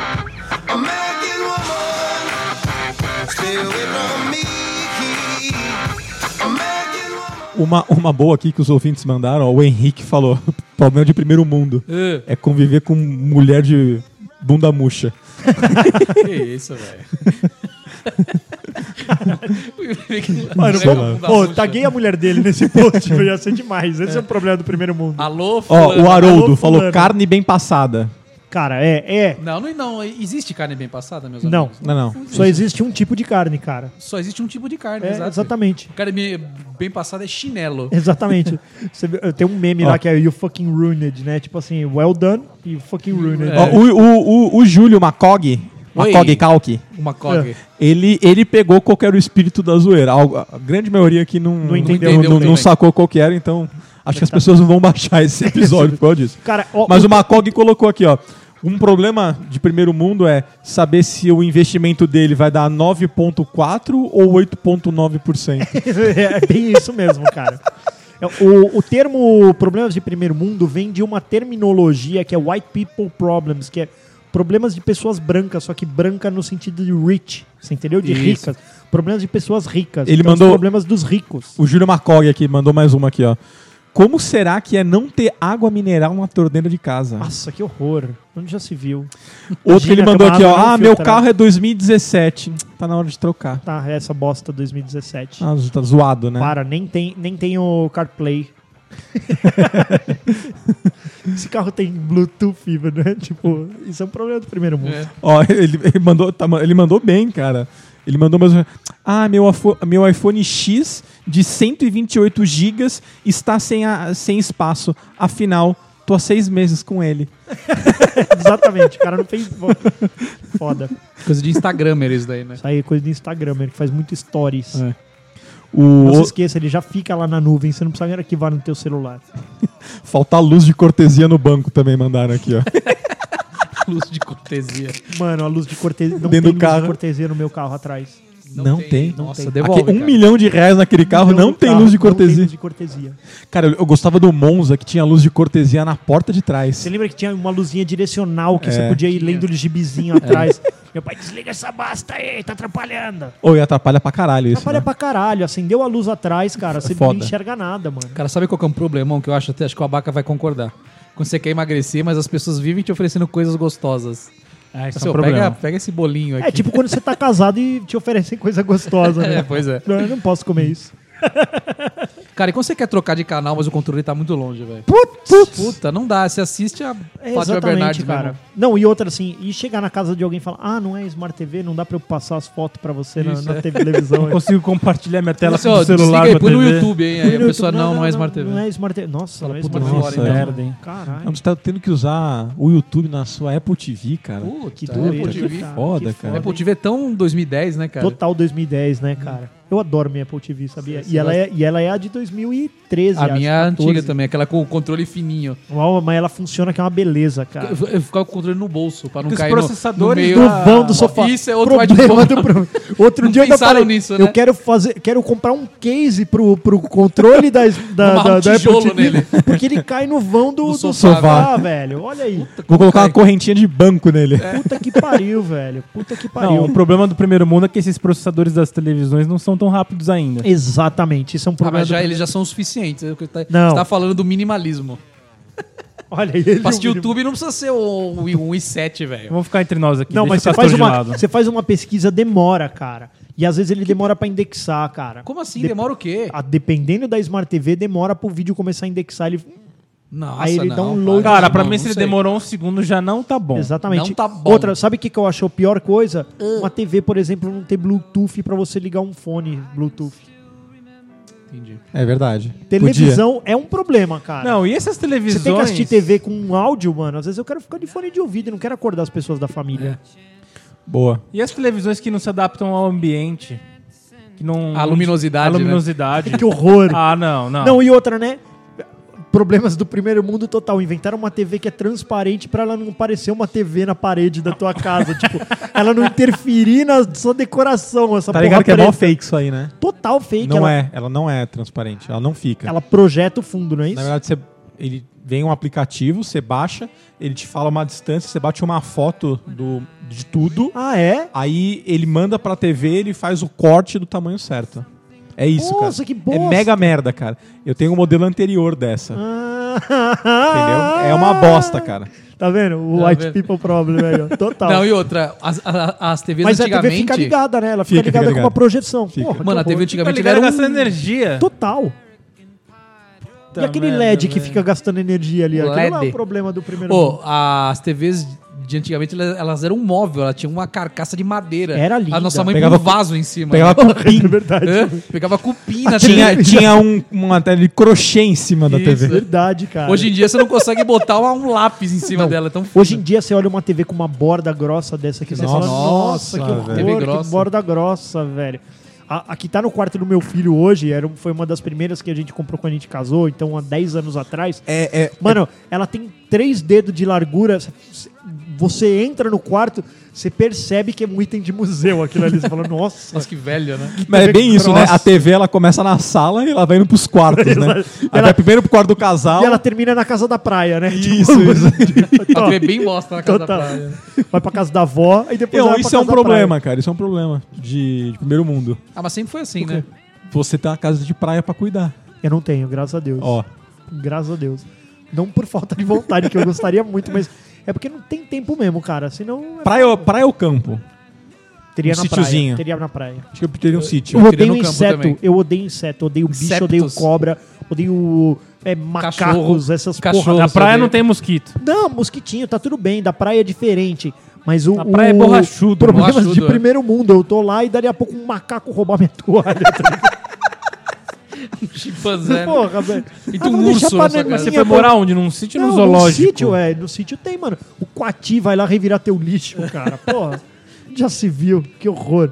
S6: American woman, stay away from me. American woman.
S2: Uma, uma boa aqui que os ouvintes mandaram, ó, o Henrique falou: problema de primeiro mundo.
S3: É.
S2: É conviver com mulher de bunda murcha.
S3: Que isso, velho.
S4: Mano,
S3: é
S2: Sei
S4: pô,
S3: um
S2: lá.
S4: pô, taguei
S3: né?
S4: a mulher dele nesse post, eu ia ser demais. Esse é. o problema do primeiro
S5: Ah.
S4: mundo.
S3: Alô,
S2: Ó,
S3: fulano. né?
S2: o Haroldo
S4: Alô,
S2: falou:
S4: tá fulano.
S2: carne bem passada.
S4: Cara, é, é.
S3: Não, não, não. Existe carne bem passada, meus
S4: Não.
S3: amigos?
S2: Não, não.
S4: Só existe um tipo de carne, cara.
S3: Só existe um tipo de carne,
S4: É,
S3: exato.
S4: exatamente.
S3: Carne bem- bem passada é chinelo.
S4: Exatamente. Você vê- Tem um meme
S2: Ó.
S4: lá que é You fucking ruined, né? Tipo assim, well done e you fucking ruined.
S2: Ó, o, o, o, o Júlio Macog,
S3: Oi.
S2: Macog Calque,
S3: Uma cog.
S4: É.
S2: ele, ele pegou qual que era o espírito da zoeira. Algo- A grande maioria aqui não,
S4: Não entendeu. né? Tá.
S2: não,
S3: Entendeu
S2: não- não
S3: também.
S2: sacou qual que era, então acho que as pessoas não vão baixar esse episódio por causa disso.
S4: Cara, ó,
S2: Mas
S4: o-
S2: o Macog colocou aqui, ó. Um problema de primeiro mundo é saber se o investimento dele vai dar 9,4% ou 8,9%.
S4: é bem isso mesmo, cara. É, O, o termo problemas de primeiro mundo vem de uma terminologia que é white people problems, que é problemas de pessoas brancas, só que branca no sentido de rich, você entendeu? De
S3: Isso.
S4: ricas. Problemas de pessoas ricas.
S2: Ele
S4: que é os
S2: mandou-
S4: problemas dos ricos.
S2: o Júlio Macog aqui mandou mais uma aqui, ó. Como será que é não ter água mineral na torneira de casa?
S4: Nossa, que horror. Onde já se viu?
S2: Outro que ele
S4: Imagina
S2: mandou aqui,
S4: aquela
S2: ó.
S4: água
S2: Ah, meu
S4: infiltrada."
S2: carro é 2017. Tá na hora de trocar.
S4: Tá, essa bosta 2017.
S2: Ah, tá zoado, né?
S4: Para, nem tem, nem tem o CarPlay. Esse carro tem Bluetooth, né? Tipo, isso é um problema do primeiro mundo.
S3: É.
S2: Ó, ele, ele mandou, tá ma- ele mandou bem, cara. Ele mandou mais. um- Ah, meu, afo- meu iPhone X de 128 GB está sem, a- sem espaço. Afinal, tô há seis meses com ele.
S4: Exatamente, o cara não fez. Foda.
S3: Coisa de Instagramer isso daí, né?
S4: Isso aí é coisa do Instagram, ele faz muito stories.
S2: É.
S4: Não
S2: O,
S4: se esqueça, ele já fica lá na nuvem, você não precisa nem arquivar no teu celular.
S2: faltar luz de cortesia no banco também mandaram aqui, ó.
S3: Luz de cortesia.
S4: Mano, a luz de cortesia. Não
S2: Dentro do
S4: tem luz
S2: carro.
S4: de cortesia no meu carro atrás.
S2: Não tem.
S3: Nossa,
S4: tem.
S3: devolve.
S2: Aquele- um
S3: cara.
S2: milhão de reais naquele carro não, tem luz de
S4: não tem
S2: cortesia.
S4: luz de cortesia.
S2: Cara, eu, eu gostava do Monza que tinha luz de cortesia na porta de trás.
S4: Você lembra que tinha uma luzinha direcional que
S2: É.
S4: você podia ir lendo o gibizinho atrás? Meu pai, desliga essa basta aí, tá atrapalhando.
S2: Ou e atrapalha pra caralho isso.
S4: Atrapalha
S2: né?
S4: pra caralho, acendeu a luz atrás,
S3: É
S4: cara, você
S2: Foda.
S4: não enxerga nada, mano.
S3: Cara, sabe qual que é um problemão que eu acho? Até Acho que o Abaca vai concordar. Quando você quer emagrecer, mas as pessoas vivem te oferecendo coisas gostosas.
S5: Ah, isso
S3: Assim,
S5: é um
S3: ó, pega,
S5: problema.
S3: pega esse bolinho aqui.
S4: É tipo quando você tá casado e te oferecem coisa gostosa, né?
S3: É, pois é.
S4: Não, eu não posso comer isso.
S3: Cara, e quando você quer trocar de canal, mas o controle tá muito longe, velho. Puta, não dá. Você assiste a
S4: É,
S3: Fátima Bernardes,
S4: exatamente, cara.
S3: mesmo.
S4: Não, e outra assim, e chegar na casa de alguém e falar, ah, não é Smart TV, não dá pra eu passar as fotos pra você na-
S5: Isso,
S4: na,
S5: é.
S4: televisão.
S5: Não consigo compartilhar minha tela
S3: Assim,
S5: com
S3: ó,
S5: o
S3: desliga
S5: celular.
S3: aí,
S5: com a
S3: põe no
S5: TV.
S3: YouTube, hein? Aí a pessoa, não, não, é Smart TV.
S4: Não é Smart TV. Nossa,
S3: Fala,
S4: não é
S3: puta,
S4: Smart TV.
S3: nossa,
S5: é.
S4: merda,
S5: merda, hein?
S4: Caralho.
S2: Não, Você tá tendo que usar o YouTube na sua Apple TV, cara.
S3: Puta,
S4: Que
S3: Apple
S4: doido.
S3: TV.
S4: cara,
S2: foda,
S4: que
S2: cara.
S4: foda.
S3: Apple TV é tão 2010, né, cara?
S4: Total 2010, né, cara? Eu adoro minha Apple TV, sabia?
S3: Sim, sim,
S4: e, ela é, e ela é a de 2013.
S3: A
S4: acho,
S3: minha é
S4: 14.
S3: antiga também, aquela com o controle fininho.
S4: Uau, mas ela funciona que é uma beleza, cara.
S3: Eu, eu ficava com o controle no bolso, pra não
S5: Porque os
S3: cair no-
S5: processadores
S3: no meio
S4: do
S3: da-
S4: vão do sofá.
S3: Isso é outro
S4: Problema
S3: whiteboard.
S4: do pro- Outro
S3: Não
S4: dia eu ainda
S3: pensaram
S4: falei,
S3: nisso, né?
S4: eu quero fazer, quero comprar um case pro, pro controle da, da,
S3: Amarrar um
S4: da, da Apple
S3: tijolo
S4: TV,
S3: nele.
S4: porque ele cai no vão do,
S3: Do
S4: do
S3: sofá, né?
S4: sofá, velho. Olha aí.
S2: Vou colocar uma
S3: Cai.
S2: correntinha de banco nele.
S4: Puta que pariu, velho. Puta que
S5: É, Não,
S3: um
S4: pariu.
S5: o problema do primeiro mundo é que esses processadores das televisões não são tão rápidos ainda.
S4: Exatamente, isso é um
S3: Ah,
S4: problema.
S3: mas já,
S4: do-
S3: eles já são suficientes. é o que tá-
S4: Não.
S3: Você tá falando do minimalismo.
S4: Olha aí, ele-
S3: Pra assistir YouTube não precisa ser um, um i7, velho.
S5: Vamos ficar entre nós aqui.
S4: Não,
S5: deixa
S4: mas
S5: o
S4: você
S5: castor
S4: faz,
S5: de
S4: uma,
S5: lado.
S4: você faz uma pesquisa, demora, cara. E às vezes ele demora pra indexar, cara.
S3: Como assim?
S4: Dep-
S3: Demora o quê?
S4: Ah, dependendo da Smart TV, demora pro vídeo começar a indexar ele.
S3: Nossa,
S4: Aí ele dá um
S3: não,
S4: load.
S5: Cara, pra
S3: não,
S5: mim,
S3: não
S5: se ele
S3: sei.
S5: demorou um segundo, já não tá bom.
S4: Exatamente.
S3: não tá bom.
S4: Outra, sabe o que, que eu acho a pior coisa? Uma TV, por exemplo, não ter Bluetooth pra você ligar um fone Bluetooth.
S3: Entendi.
S2: É verdade.
S4: Televisão é um problema, cara.
S5: Não, e essas televisões...
S4: você tem que assistir TV com um áudio, mano. Às vezes eu quero ficar de fone de ouvido, e não quero acordar as pessoas da família.
S2: Podia. Boa.
S4: Então,
S5: E as televisões que não se adaptam ao ambiente? Que não...
S3: A luminosidade,
S5: A
S2: É.
S5: luminosidade. né?
S4: É Que horror.
S5: Ah, não, não.
S4: Não, e outra, né? Problemas do primeiro mundo total. Inventaram uma TV que é transparente pra ela não parecer uma TV na parede da tua casa. tipo, ela não interferir na sua decoração. Essa
S2: Tá ligado
S4: porra
S2: que é mó
S4: preta.
S2: fake isso aí, né?
S4: Total fake.
S2: Não
S4: ela,
S2: é. Ela não é transparente. Ela não fica.
S4: Ela projeta o fundo, não é isso?
S2: Na verdade, você, ele vem um aplicativo, você baixa, ele te fala uma distância, você bate uma foto do, de tudo,
S4: Ah, é?
S2: aí ele manda pra TV, ele faz o corte do tamanho certo. É isso, cara.
S4: Nossa, que bosta.
S2: É mega merda, cara. Eu tenho um modelo anterior dessa.
S4: Entendeu?
S2: Entendeu? É uma bosta, cara.
S4: Tá vendo? O
S3: Tá
S4: white
S3: vendo?
S4: people problem aí, ó. Total.
S3: Não, e outra, as, a- as TVs
S4: Tá. Mas a TV
S3: antigamente.
S4: fica ligada, né? Ela fica,
S2: Fica, fica
S4: ligada com
S2: ligada.
S4: uma projeção.
S2: Fica.
S4: Porra,
S3: Mano, a
S4: que
S3: TV
S4: horror.
S5: Fica
S3: antigamente
S5: ligado
S3: era um...
S5: gastando energia.
S4: Total.
S5: Puta
S4: e aquele
S5: merda,
S4: LED que
S5: velho.
S4: fica gastando energia ali? Aquilo não é
S3: LED.
S4: o problema do primeiro
S3: Pô,
S4: mundo.
S3: as TVs de antigamente, elas- elas eram um móvel, ela tinha uma carcaça de madeira.
S4: Era
S3: A
S4: linda.
S3: nossa mãe
S2: Pegava
S3: pegava um vaso em cima.
S2: Pegava cupim.
S4: É verdade.
S3: Hã? Pegava cupim na
S2: tinha
S3: TV.
S2: tinha um, uma tela de crochê em cima da
S3: Isso.
S2: TV.
S4: Verdade, cara.
S3: Hoje em dia você não consegue botar uma- um lápis em cima
S4: Não.
S3: dela. é Tão
S4: Hoje em dia você olha uma TV com uma borda grossa dessa que você
S2: Nossa,
S4: fala, nossa, que
S2: velho.
S4: horror,
S3: TV
S4: que
S3: grossa.
S4: borda grossa, velho. A, a que tá no quarto do meu filho hoje era, um- foi uma das primeiras que a gente comprou quando a gente casou, então há 10 anos atrás.
S2: É, é,
S4: Mano, ela tem três dedos de largura. c- Você entra no quarto, você percebe que é um item de museu aquilo ali. Você fala, nossa.
S3: Nossa, que velho, né?
S2: Mas é bem isso, né?
S4: Grossa.
S2: A TV ela começa na sala e ela vai indo pros quartos, né? Ela vai primeiro pro quarto do casal.
S4: E ela tá termina na casa da praia, né? Tipo,
S2: Isso, isso.
S3: A TV é bem bosta na casa
S4: Total.
S3: da praia.
S4: Vai pra casa da avó e depois
S2: Não,
S4: vai pra
S2: isso é um
S4: casa da
S2: problema, cara. Isso é um problema de, de primeiro mundo.
S3: Ah, mas sempre foi assim, né?
S2: Você tem uma casa de praia pra cuidar.
S4: praia. Eu não tenho, graças a Deus.
S2: Ó,
S4: Graças a Deus. Não por falta de vontade, que eu gostaria muito, mas é porque não tem tempo mesmo, cara. Senão é-
S2: praia, ou- praia ou campo?
S4: teria
S2: um
S4: na
S2: sítiozinho.
S4: praia. Teria na praia.
S2: Acho que eu teria um sítio.
S4: Eu
S3: queria
S4: odeio
S3: no campo
S4: inseto.
S3: também.
S4: Eu odeio inseto. Odeio bicho,
S3: Insetos.
S4: odeio cobra, odeio é, macacos,
S3: Cachorro.
S4: essas
S3: Cachorro.
S4: porra.
S5: Na
S3: Você vê.
S5: praia não tem mosquito.
S4: Não, mosquitinho, tá tudo bem. Da praia é diferente. Mas o.
S5: Na praia é
S4: o-
S5: borrachudo,
S4: Problemas
S3: borrachudo, é.
S4: de primeiro mundo. Eu tô lá e dali a pouco um macaco roubar minha toalha.
S3: Chimpanzé. né?
S4: Porra, velho.
S3: E
S4: Ah,
S3: tem um
S4: vamos deixar
S3: urso na sua
S4: bananinha
S3: casa.
S5: Você foi morar onde? Num sítio ou num zoológico?
S4: No sítio, é. No sítio tem, mano. O Coati vai lá revirar teu lixo, cara. Porra. Já se viu. Que horror.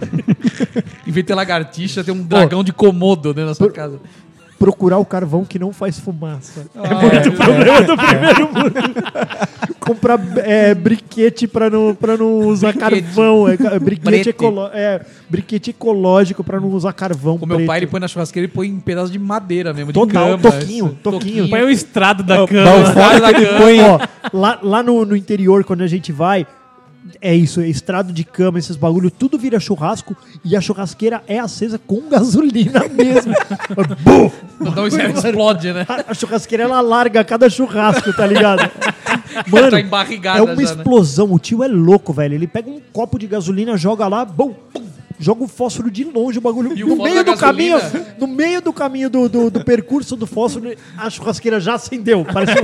S3: Em vez de ter lagartixa, tem um dragão de comodo dentro da né, sua casa. Ah,
S4: procurar o carvão que não faz fumaça. é muito problema do primeiro mundo. Comprar é, briquete pra não, pra não usar carvão. É, ca- briquete,
S3: Brete.
S4: ecolo- é, briquete ecológico pra não usar carvão.
S3: O meu pai, ele
S4: preto.
S3: põe na churrasqueira, ele põe em pedaço de madeira mesmo,
S4: Total,
S3: de cama.
S4: toquinho,
S3: esse-
S4: toquinho.
S5: Põe o estrado da
S2: Dá o
S5: cama.
S2: fora
S4: é
S2: que ele põe.
S4: Ó, lá lá no, no interior, quando a gente vai, é isso, é estrado de cama, esses bagulho, tudo vira churrasco e a churrasqueira é acesa com gasolina mesmo. Bum!
S3: Dá um explode, né?
S4: A a churrasqueira ela larga a cada churrasco, tá ligado? Mano,
S3: Tá embarrigada
S4: é uma
S3: já, né?
S4: explosão. O tio é louco, velho. Ele pega um copo de gasolina, joga lá, bom, pum, joga o fósforo de longe, o bagulho.
S3: E o
S4: no
S3: fósforo
S4: meio
S3: da
S4: do caminho,
S3: gasolina?
S4: no meio do caminho do, do, do percurso do fósforo, a churrasqueira já acendeu. Parece,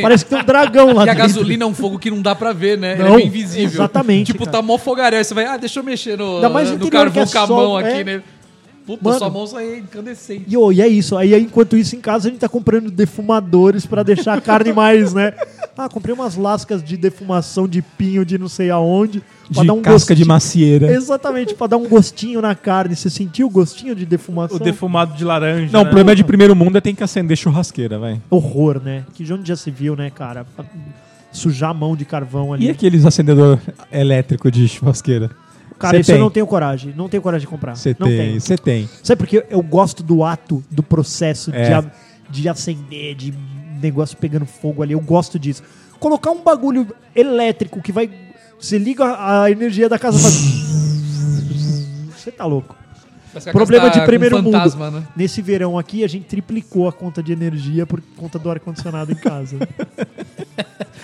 S4: parece que tem um dragão lá
S3: E a
S4: dentro.
S3: gasolina é um fogo que não dá pra ver, né? Ele
S4: Não,
S3: é bem invisível.
S4: exatamente,
S3: Tipo,
S4: cara.
S3: tá mó fogaréu. Aí Você vai, ah, deixa eu mexer no,
S4: Ainda mais no
S3: no
S4: interior,
S3: carvão
S4: que é
S3: com a
S4: sol,
S3: mão aqui,
S4: é.
S3: né? Puta,
S4: Mano.
S3: sua mão sai incandescente.
S4: E, ô, e é isso. Aí, enquanto isso, em casa a gente tá comprando defumadores pra deixar a carne mais, né? Ah, comprei umas lascas de defumação de pinho de não sei aonde. pra um
S2: De casca de
S4: gostinho.
S2: macieira.
S4: Exatamente, pra dar um gostinho na carne. Você sentiu o gostinho de defumação?
S5: O defumado de laranja.
S2: Não, o
S5: né?
S2: problema de primeiro mundo é tem que acender churrasqueira, vai.
S4: Horror, né? Que de onde já se viu, né, cara? Pra Sujar a mão de carvão ali.
S2: E aqueles acendedor elétrico de churrasqueira?
S4: Cara,
S2: Cê
S4: isso eu
S2: tem.
S4: não tenho coragem. Não tenho coragem de comprar.
S2: Você
S4: não
S2: tem,
S4: tenho.
S2: você tem.
S4: Sabe porque eu gosto do ato, do processo de,
S2: É.
S4: a- de acender, de negócio pegando fogo ali. Eu gosto disso. Colocar um bagulho elétrico que vai. Você liga a a energia da casa e faz. Você tá louco.
S3: Parece que a
S4: Problema
S3: casa tá
S4: de
S3: com
S4: primeiro
S3: fantasma,
S4: mundo.
S3: Né?
S4: Nesse verão aqui, a gente triplicou a conta de energia por conta do ar-condicionado em casa.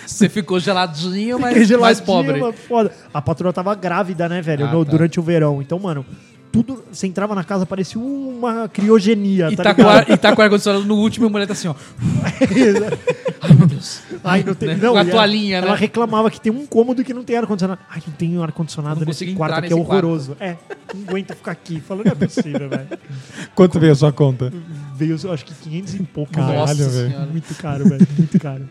S3: Você ficou geladinho, mas
S4: Fiquei
S3: mais
S4: geladinho,
S3: pobre.
S4: mas é foda. A patroa tava grávida, né, velho,
S3: Ah,
S4: no-
S3: tá.
S4: durante o verão. Então, mano, tudo. Você entrava na casa, parecia uma criogenia,
S3: E
S4: tá
S3: tá, com
S4: ligado?
S3: ar, e tá com o ar-condicionado no último e a mulher tá assim, ó.
S4: Ai, não tem.
S3: né?
S4: Não,
S3: Com a
S4: e
S3: toalhinha,
S4: ela,
S3: né?
S4: Ela reclamava que tem um cômodo que não tem ar-condicionado. Ai, não tem um ar-condicionado
S3: Não
S4: nesse
S3: consigo
S4: quarto
S3: entrar
S4: que é
S3: nesse quarto.
S4: horroroso. É, não aguento ficar aqui. Falando, não é possível, velho.
S2: Quanto veio a sua conta? É
S4: Veio, eu acho que 500 e pouco.
S3: Nossa
S4: velho.
S3: senhora.
S4: Muito caro, velho. Muito caro.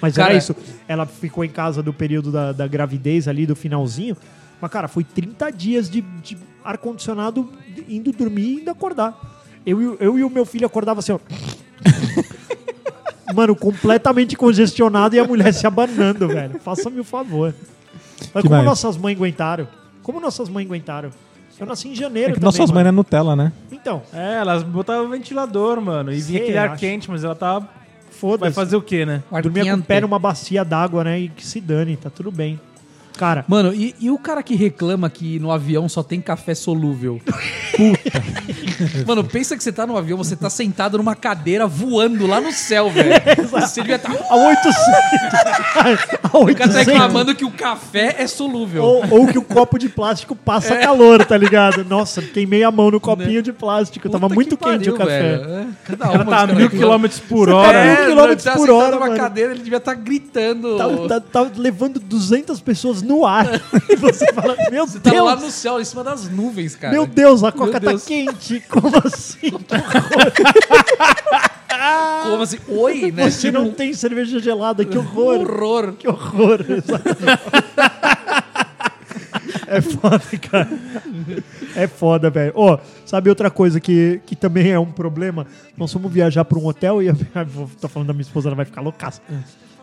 S4: Mas
S3: Cara,
S4: era
S3: é-
S4: isso. Ela ficou em casa do período da, da gravidez ali, do finalzinho. Mas, cara, foi 30 dias de, de ar-condicionado indo dormir e indo acordar. Eu, e o- eu e o meu filho acordava assim, ó. Mano, completamente congestionado e a mulher se abanando, velho. Faça-me o favor.
S2: Que
S4: Mas como
S2: mais?
S4: nossas mães aguentaram? Como nossas mães aguentaram? Eu nasci em janeiro
S2: É que
S4: também,
S2: nossas mães
S4: mano.
S2: é Nutella, né?
S4: Então,
S5: É, elas botavam ventilador, mano. E vinha
S4: Sei,
S5: aquele ar
S4: acho.
S5: quente, mas ela tava. Vai
S4: foda-se.
S5: fazer o quê, né?
S3: um
S4: Dormia com o pé
S3: Arquente.
S4: numa bacia d'água, né? E que se dane, tá tudo bem. Cara,
S3: Mano, e, e o cara que reclama que no avião só tem café solúvel? Puta. Mano, pensa que você tá no avião, você tá sentado numa cadeira voando lá no céu, velho. Você devia estar.
S4: a 800. a
S3: O cara tá
S4: 800.
S3: reclamando que o café é solúvel.
S4: Ou, ou que o copo de plástico
S3: É.
S4: passa calor, tá ligado? Nossa, queimei a mão no copinho de plástico.
S3: Né? Puta
S4: Tava
S3: que
S4: muito quente
S3: pariu,
S4: o café.
S3: velho. É, Cada
S5: Ela
S3: uma
S5: tá a
S3: dos caras
S5: mil
S3: reclama.
S5: quilômetros por
S4: Você tá
S5: hora.
S4: mil
S3: É,
S4: quilômetros
S3: tá
S4: por
S3: sentado
S4: hora,
S3: numa
S4: mano.
S3: cadeira, ele devia estar gritando.
S4: Tá, tá- tá levando 200 pessoas no ar. E você fala, meu
S3: Você tá
S4: Deus,
S3: lá no céu, em cima das nuvens, cara.
S4: meu Deus, a coca tá
S3: Deus.
S4: quente. Como assim?
S3: Como assim? Oi, né? um
S4: Você não tem cerveja gelada, que horror.
S3: Horror.
S4: Que horror, exatamente. É foda, cara. É foda, velho. Ó, sabe outra coisa que, que também é um problema? Nós fomos viajar pra um hotel e a minha- vou- tô falando da minha esposa, ela vai ficar loucaça.
S3: É.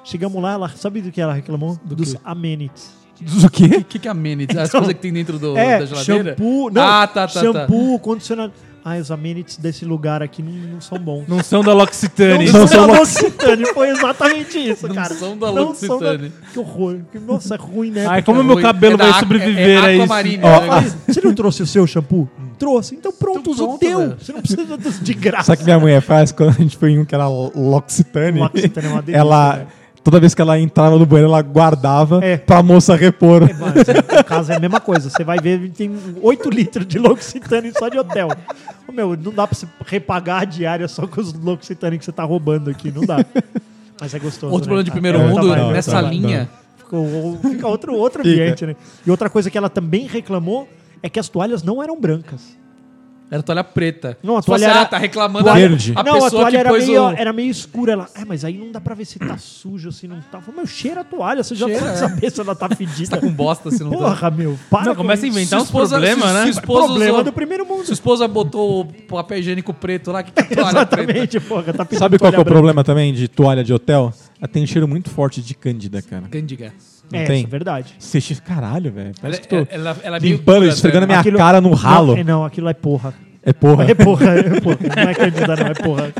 S4: Chegamos lá, ela sabe do que ela reclamou? Dos amenities.
S2: Diz o quê?
S3: O que, que é amenity? As coisas que tem dentro do,
S4: é,
S3: da geladeira?
S4: shampoo, não,
S3: ah, tá, tá, tá.
S4: shampoo, condicionador. Ah, os amenities desse lugar aqui não, não são bons.
S5: Não são da L'Occitane.
S4: Não, são da L'Occitane, foi exatamente isso,
S3: Não
S4: cara.
S3: são da
S4: são
S3: L'Occitane.
S4: Que horror. Que, nossa, é ruim, né?
S5: Ai, como meu
S3: Oi.
S5: cabelo
S3: É da
S5: vai
S3: Aqua-
S5: sobreviver
S3: é,
S5: a isso?
S3: Aquamarine,
S2: Ó,
S3: né?
S4: Ah, você não trouxe o seu shampoo? Trouxe. Então pronto,
S3: Então
S4: usa o
S3: pronto,
S4: teu.
S3: velho.
S4: Você não precisa dos de graça.
S2: Sabe o que minha mulher faz quando a gente foi em um que era L'Occitane?
S4: L'Occitane é uma delícia,
S2: Ela,
S4: velho.
S2: toda vez que ela entrava no banheiro, ela guardava
S4: É.
S2: pra moça repor.
S4: Mas, no caso, é a mesma coisa. Você vai ver, tem 8 litros de L'Occitane só de hotel. Ô, meu, não dá pra você repagar a diária só com os L'Occitane que você tá roubando aqui. Não dá. Mas é gostoso,
S3: Outro problema
S4: né,
S3: de
S4: cara?
S3: primeiro
S4: É,
S3: mundo,
S4: tá bom,
S3: nessa
S4: tá bom.
S3: linha.
S4: Fica, o- fica outro, outro
S2: Fica.
S4: ambiente, né? E outra coisa que ela também reclamou é que as toalhas não eram brancas.
S3: Era toalha preta.
S4: Não, a
S3: Se fosse,
S4: toalha era-
S3: ah, tá reclamando.
S4: Toalha-
S2: Verde.
S3: A
S4: não,
S3: pessoa
S4: a toalha
S3: que
S4: era
S3: pôs
S4: meio,
S3: o...
S4: era meio escura. Ela, é, mas aí não dá pra ver se tá sujo, se não tá. Eu falei, Meu, cheira a toalha, você já
S3: Cheira,
S4: pode
S3: é.
S4: saber se ela tá fedida.
S3: com bosta, se não tá.
S4: Porra, meu, para.
S5: Não,
S4: com
S5: começa a
S4: isso.
S5: inventar
S3: Se
S5: uns
S3: esposa-
S5: problemas,
S3: se-
S5: né?
S3: se esposa
S4: Problema
S3: usou-
S4: do primeiro mundo.
S3: Se a esposa botou o papel higiênico preto lá, que que é toalha preta?
S4: Exatamente, porra. Tá pedindo
S2: Sabe qual que é o
S4: toalha branca.
S2: problema também de toalha de hotel? Ela tem um cheiro muito forte de cândida, cara.
S3: Cândiga.
S2: Não
S4: É,
S2: tem?
S4: isso é verdade.
S2: Você cheira- caralho, velho. Parece que tô
S3: Ela, ela, ela é meio
S2: limpando,
S3: dura,
S2: esfregando a
S3: né?
S2: minha cara no ralo.
S4: Não, é, não, aquilo é porra.
S2: É porra.
S4: É porra, é porra. Não é candida, não, é porra.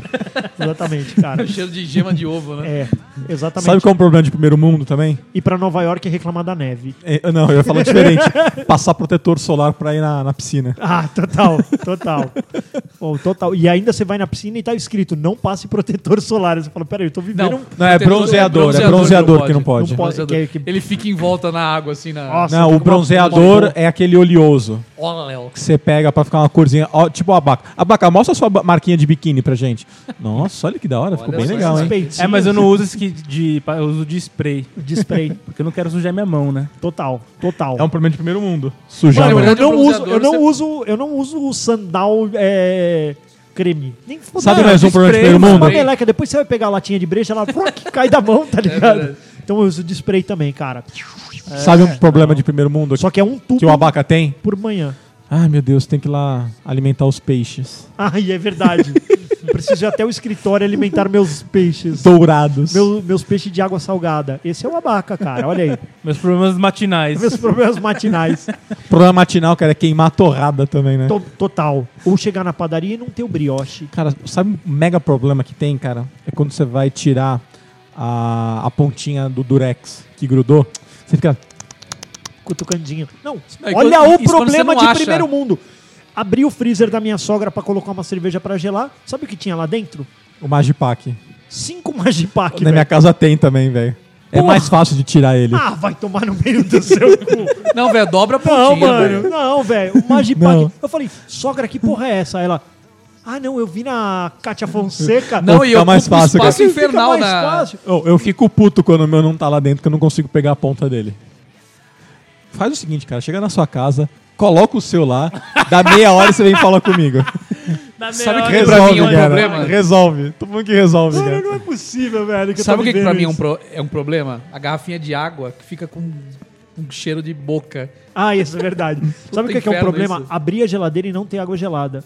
S4: Exatamente, cara.
S3: É Cheiro de gema de ovo, né?
S4: É, exatamente.
S2: Sabe qual é o problema de primeiro mundo também?
S4: E pra Nova York reclamar da neve.
S2: É, não, eu ia falar diferente. Passar protetor solar pra ir na, na piscina.
S4: Ah, total, total. Pô, total. E ainda você vai na piscina e tá escrito: não passe protetor solar. Você fala, peraí, eu tô vivendo
S3: Não.
S4: um.
S2: Não, é bronzeador. É bronzeador que não pode.
S4: Não pode.
S3: Bronzeador.
S4: que- que-
S3: Ele fica em volta na água, assim, na.
S4: Nossa,
S2: Não, o
S4: fica uma- uma-
S2: bronzeador é aquele oleoso
S3: Ó, Léo.
S2: que você pega pra ficar uma corzinha, ó, tipo o abaca. Abaca, mostra a sua ba- marquinha de biquíni pra gente. Nossa, olha que da hora, ficou
S3: Olha
S2: bem
S3: só
S2: legal,
S4: Esses
S2: hein?
S4: peitinhos
S5: É, mas eu não uso esse que de. pa- Eu uso de spray.
S4: de spray.
S5: Porque eu não quero sujar minha mão, né?
S4: Total, total.
S2: É um problema de primeiro mundo. Sujar.
S4: Mano,
S2: a mão.
S4: eu
S3: verdade,
S4: não
S3: o
S4: uso, eu não
S3: bronzeador,
S4: uso, eu não uso o sandal é, creme. Nem fudendo.
S2: Sabe mais um problema de
S5: spray,
S2: primeiro
S5: mano.
S4: é Uma
S2: mundo?
S4: meleca, depois você vai pegar a latinha de breja, ela fruc, cai da mão, tá ligado?
S3: verdade.
S4: então eu uso de spray também, cara.
S2: Sabe um problema de primeiro mundo
S4: É. Só que é um tubo
S2: que o abaca tem?
S4: por manhã.
S2: Ai, meu Deus, tem que ir lá alimentar os peixes.
S4: Ai, é verdade. Eu Preciso ir até o escritório alimentar meus peixes.
S2: Dourados.
S4: Meu- meus peixes de água salgada. Esse é o abaca, cara. Olha aí.
S5: Meus problemas matinais.
S4: Meus problemas matinais.
S2: Problema matinal, cara, é queimar a torrada também, né?
S4: To- total. Ou chegar na padaria e não ter o brioche.
S2: Cara, sabe um mega problema que tem, cara? É quando você vai tirar a, a pontinha do durex que grudou. Você fica.
S4: cutucandinho. Não,
S3: Aí,
S4: olha
S3: quando-
S4: o
S3: isso quando você
S4: problema
S3: não
S4: de
S3: acha.
S4: primeiro mundo. Abri o freezer da minha sogra pra colocar uma cerveja pra gelar. Sabe o que tinha lá dentro?
S2: O Magipac.
S4: Cinco Magipac,
S2: Na
S4: velho.
S2: minha casa tem também, velho. É
S4: Porra.
S2: mais fácil de tirar ele.
S4: Ah, vai tomar no meio do seu cu.
S3: Não, velho, dobra a
S4: Não,
S3: pontinha,
S4: mano.
S3: velho.
S4: Não, velho. O Magipac.
S2: Não.
S4: Eu falei, sogra, que porra é essa? Aí Ela... Ah, não, eu vi na Cátia Fonseca.
S3: Não,
S2: Pô,
S3: e
S2: fica
S3: eu
S2: mais
S3: ocupo
S2: fácil,
S3: espaço
S2: cara.
S4: Fica
S3: infernal
S4: mais
S3: na.
S4: fácil.
S2: Eu, eu fico puto quando o meu não tá lá dentro, que eu não consigo pegar a ponta dele. Faz o seguinte, cara. Chega na sua casa, coloca o seu lá, dá meia hora e você vem falar comigo.
S3: Sabe o que pra
S2: Resolve,
S3: mim é um
S2: cara.
S3: problema?
S2: Resolve. Tô falando que resolve,
S4: Mano,
S2: cara.
S4: não é possível, velho.
S3: né?
S4: eu
S3: Sabe
S4: tô
S3: o que, que
S4: vivendo
S3: pra mim é um,
S4: isso.
S3: pro- é um problema? A garrafinha de água que fica com um cheiro de boca.
S4: Ah, isso é verdade. Sabe o que, é que é um
S3: inferno
S4: problema?
S3: isso.
S4: Abrir a geladeira e não ter água gelada.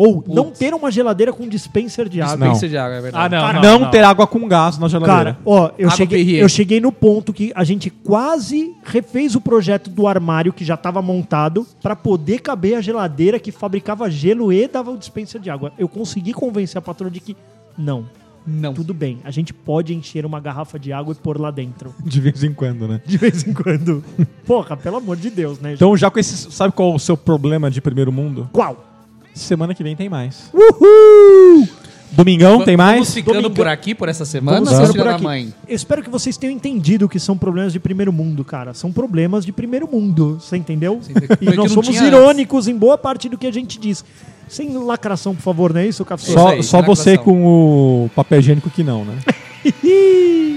S4: Ou não ter uma geladeira com dispenser de água.
S2: Não.
S3: Dispensa de água, é verdade.
S5: Ah, não.
S4: Cara,
S2: Não ter água com gás na geladeira.
S4: Cara, ó, eu
S3: Água
S4: cheguei,
S3: Perrier.
S4: eu cheguei no ponto que a gente quase refez o projeto do armário que já estava montado pra poder caber a geladeira que fabricava gelo e dava o dispenser de água. Eu consegui convencer a patroa de que Ah, não,
S3: Não.
S4: tudo bem, a gente pode encher uma garrafa de água e pôr lá dentro.
S2: De vez em quando, né?
S4: De vez em quando. Porra, pelo amor de Deus, né?
S2: Então, já com esse. Sabe qual é o seu problema de primeiro mundo?
S4: qual?
S2: Semana que vem tem mais. Domingão tem
S3: Vamos
S2: mais?
S3: ficando
S4: Domingo-
S3: por aqui por essa semana,
S4: Vamos
S3: seus
S4: ficando
S3: filha
S4: por
S3: da
S4: aqui.
S3: mãe.
S4: Eu espero que vocês tenham entendido que são problemas de primeiro mundo, cara. São problemas de primeiro mundo, você entendeu?
S3: porque
S4: E nós
S3: não
S4: somos
S3: tinha
S4: irônicos em boa parte do que a gente diz. Sem lacração, por favor, não é isso, Café?
S3: Isso
S2: Só,
S3: aí,
S2: só
S3: na
S2: você
S3: equação.
S2: com o papel higiênico que não, né?
S4: Ih!